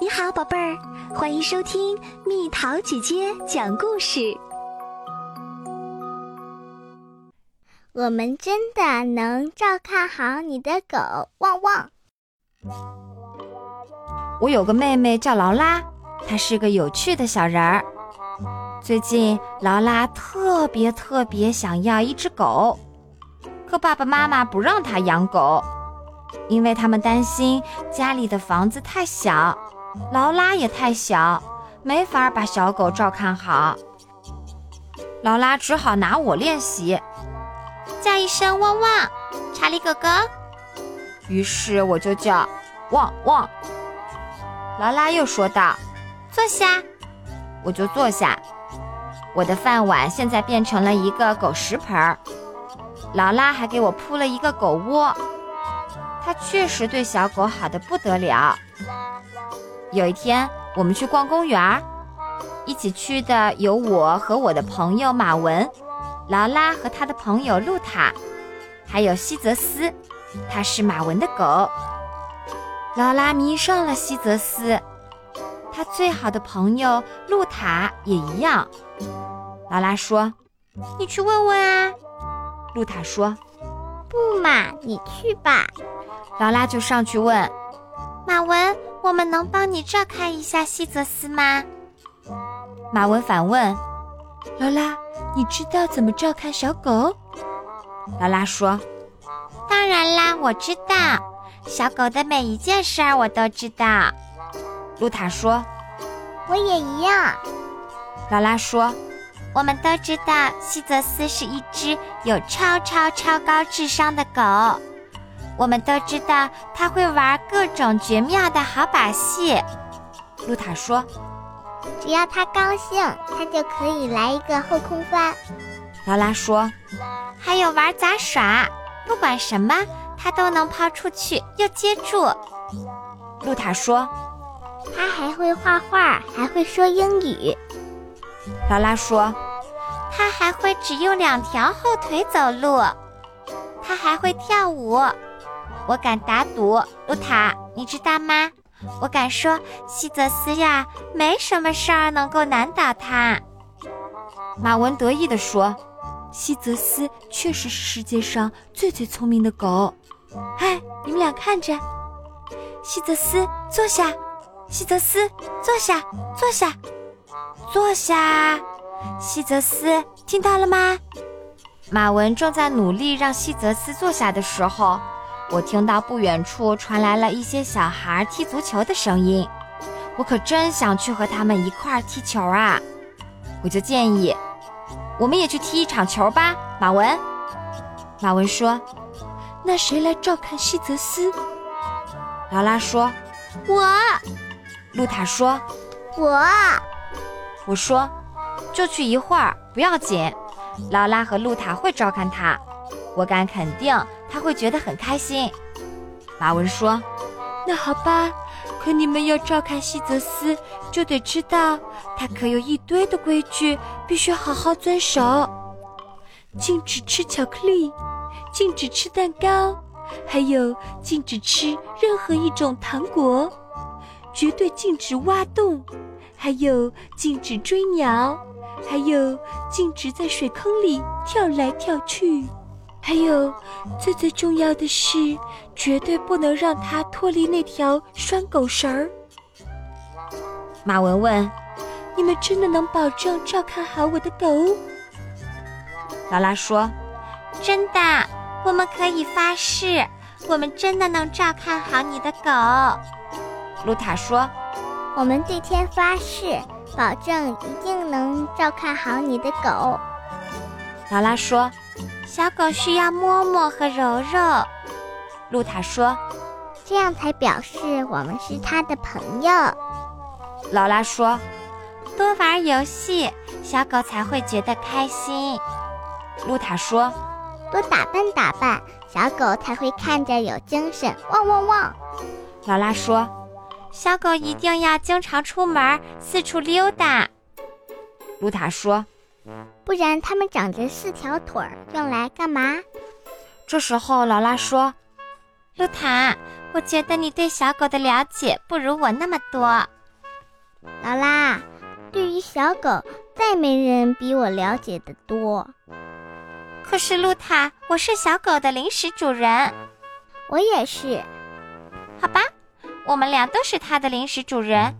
你好，宝贝儿，欢迎收听蜜桃姐姐讲故事。我们真的能照看好你的狗旺旺。我有个妹妹叫劳拉，她是个有趣的小人儿。最近，劳拉特别特别想要一只狗，可爸爸妈妈不让她养狗，因为他们担心家里的房子太小，劳拉也太小，没法把小狗照看好。劳拉只好拿我练习，叫一声“汪汪”，查理哥哥。于是我就叫“汪汪”。劳拉又说道：“坐下。”我就坐下。我的饭碗现在变成了一个狗食盆儿。劳拉还给我铺了一个狗窝。她确实对小狗好的不得了。有一天，我们去逛公园儿，一起去的有我和我的朋友马文、劳拉和他的朋友露塔，还有西泽斯，他是马文的狗。劳拉迷上了西泽斯，她最好的朋友露塔也一样。劳拉说：“你去问问啊。”露塔说不嘛，你去吧。：“劳拉就上去问马文，我们能帮你照看一下西泽斯吗？”马文反问：“劳拉，你知道怎么照看小狗？”劳拉说：“当然啦，我知道，小狗的每一件事儿我都知道。”露塔说。我也一样。劳拉说：“我们都知道，西泽斯是一只有超超超高智商的狗。我们都知道它会玩各种绝妙的好把戏。”露塔说。只要它高兴，它就可以来一个后空翻。劳拉说：“还有玩杂耍，不管什么，它都能抛出去又接住。”露塔说。它还会画画，还会说英语。劳拉说：“它还会只用两条后腿走路，它还会跳舞。我敢打赌，露塔，你知道吗？我敢说，西泽斯呀，没什么事儿能够难倒它。”马文得意地说：“西泽斯确实是世界上最最聪明的狗。”哎，你们俩看着，西泽斯坐下，西泽斯坐下，坐下。坐下，西泽斯，听到了吗？马文正在努力让西泽斯坐下的时候，我听到不远处传来了一些小孩踢足球的声音。我可真想去和他们一块儿踢球啊！我就建议，我们也去踢一场球吧，马文。马文说：“那谁来照看西泽斯？”劳拉说我，：“露塔说。”我，我说：“就去一会儿，不要紧。劳拉和露塔会照看他，我敢肯定他会觉得很开心。”马文说：“那好吧，可你们要照看西泽斯，就得知道他可有一堆的规矩，必须好好遵守。禁止吃巧克力，禁止吃蛋糕，还有禁止吃任何一种糖果，绝对禁止挖洞。”还有禁止追鸟，还有禁止在水坑里跳来跳去，还有最最重要的是，绝对不能让它脱离那条拴狗绳儿。马文问：“你们真的能保证照看好我的狗？”劳拉说：“真的，我们可以发誓，我们真的能照看好你的狗。”露塔说。我们对天发誓，保证一定能照看好你的狗。劳拉说：“小狗需要摸摸和揉揉。”露塔说这样才表示我们是它的朋友。：“劳拉说，多玩游戏，小狗才会觉得开心。”露塔说多打扮打扮，小狗才会看着有精神。汪汪汪！：“劳拉说，小狗一定要经常出门，四处溜达。”露塔说。不然它们长着四条腿儿，用来干嘛？这时候，劳拉说：“露塔，我觉得你对小狗的了解不如我那么多。劳拉，对于小狗，再没人比我了解的多。可是露塔，我是小狗的临时主人，我也是，好吧？我们俩都是它的临时主人。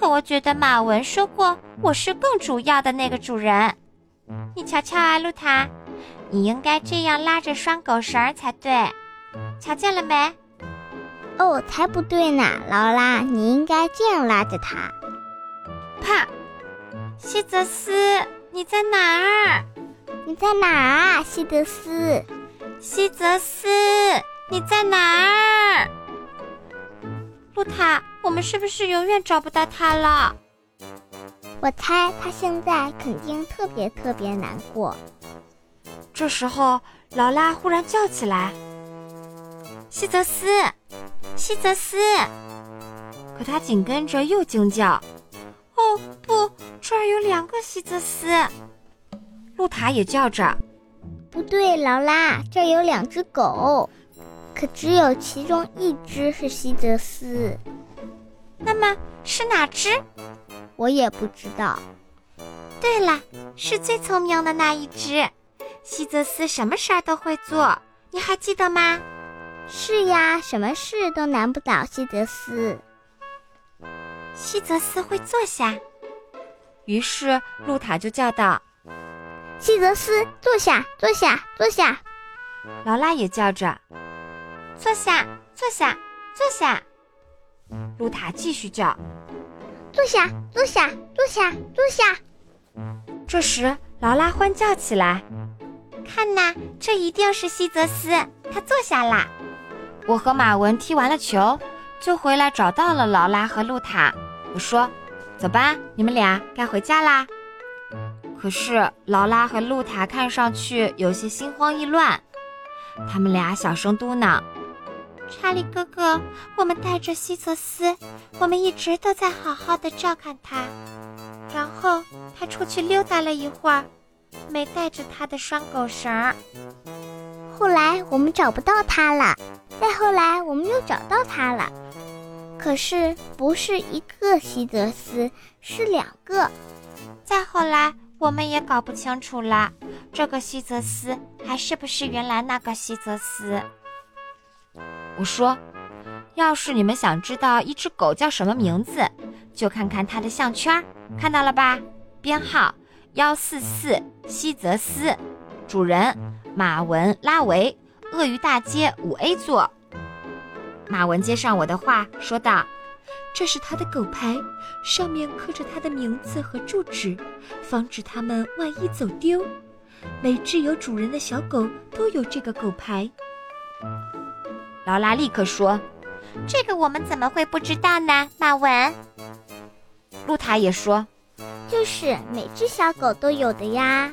可我觉得马文说过，我是更主要的那个主人。你瞧瞧啊，露塔，你应该这样拉着拴狗绳儿才对。瞧见了没？哦，才不对呢，劳拉，你应该这样拉着它。啪！西泽斯，你在哪儿？你在哪儿啊，西德斯？西泽斯，你在哪儿？露塔，我们是不是永远找不到他了？我猜它现在肯定特别特别难过。这时候，劳拉忽然叫起来：“西泽斯，西泽斯！”可他紧跟着又惊叫：“哦不，这儿有两个西泽斯！”露塔也叫着。不对，劳拉，这儿有两只狗，可只有其中一只是西德斯，那么是哪只？我也不知道。对了，是最聪明的那一只。西泽斯什么事儿都会做，你还记得吗？是呀，什么事都难不倒西德斯。西泽斯会坐下。于是露塔就叫道，西德斯，坐下，坐下，坐下。劳拉也叫着：“坐下，坐下，坐下。”露塔继续叫。坐下，坐下，坐下，坐下。这时，劳拉欢叫起来：“看呐，这一定是西泽斯，他坐下啦！”我和马文踢完了球，就回来找到了劳拉和露塔。我说：“走吧，你们俩该回家啦。”可是劳拉和露塔看上去有些心慌意乱，他们俩小声嘟囔：“查理哥哥，我们带着西泽斯，我们一直都在好好的照看他。然后他出去溜达了一会儿，没带着他的拴狗绳儿。后来我们找不到它了，再后来我们又找到它了，可是不是一个西德斯，是两个。再后来，我们也搞不清楚了，这个西泽斯还是不是原来那个西泽斯？我说，要是你们想知道一只狗叫什么名字，就看看它的项圈儿，看到了吧？编号幺四四西泽斯，主人马文拉维，鳄鱼大街五 A 座。马文接上我的话，说道：“这是他的狗牌，上面刻着他的名字和住址，防止他们万一走丢。每只有主人的小狗都有这个狗牌。劳拉立刻说：“这个我们怎么会不知道呢？”马文，露塔也说就是每只小狗都有的呀，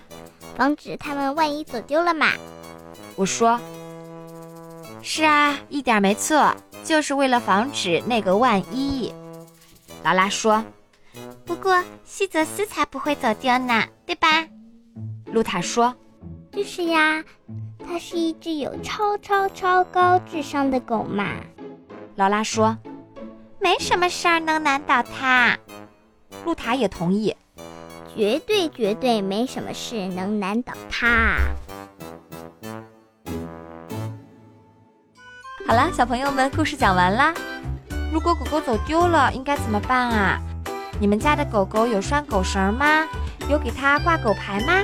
防止它们万一走丢了嘛。：“我说，是啊，一点没错，就是为了防止那个万一。”劳拉说：“不过西泽斯才不会走丢呢，对吧？”露塔说。就是呀，它是一只有超超超高智商的狗嘛。劳拉说：“没什么事儿能难倒他。”露塔也同意。绝对绝对没什么事能难倒它。好啦，小朋友们，故事讲完啦。如果狗狗走丢了，应该怎么办啊？你们家的狗狗有拴狗绳吗？有给它挂狗牌吗？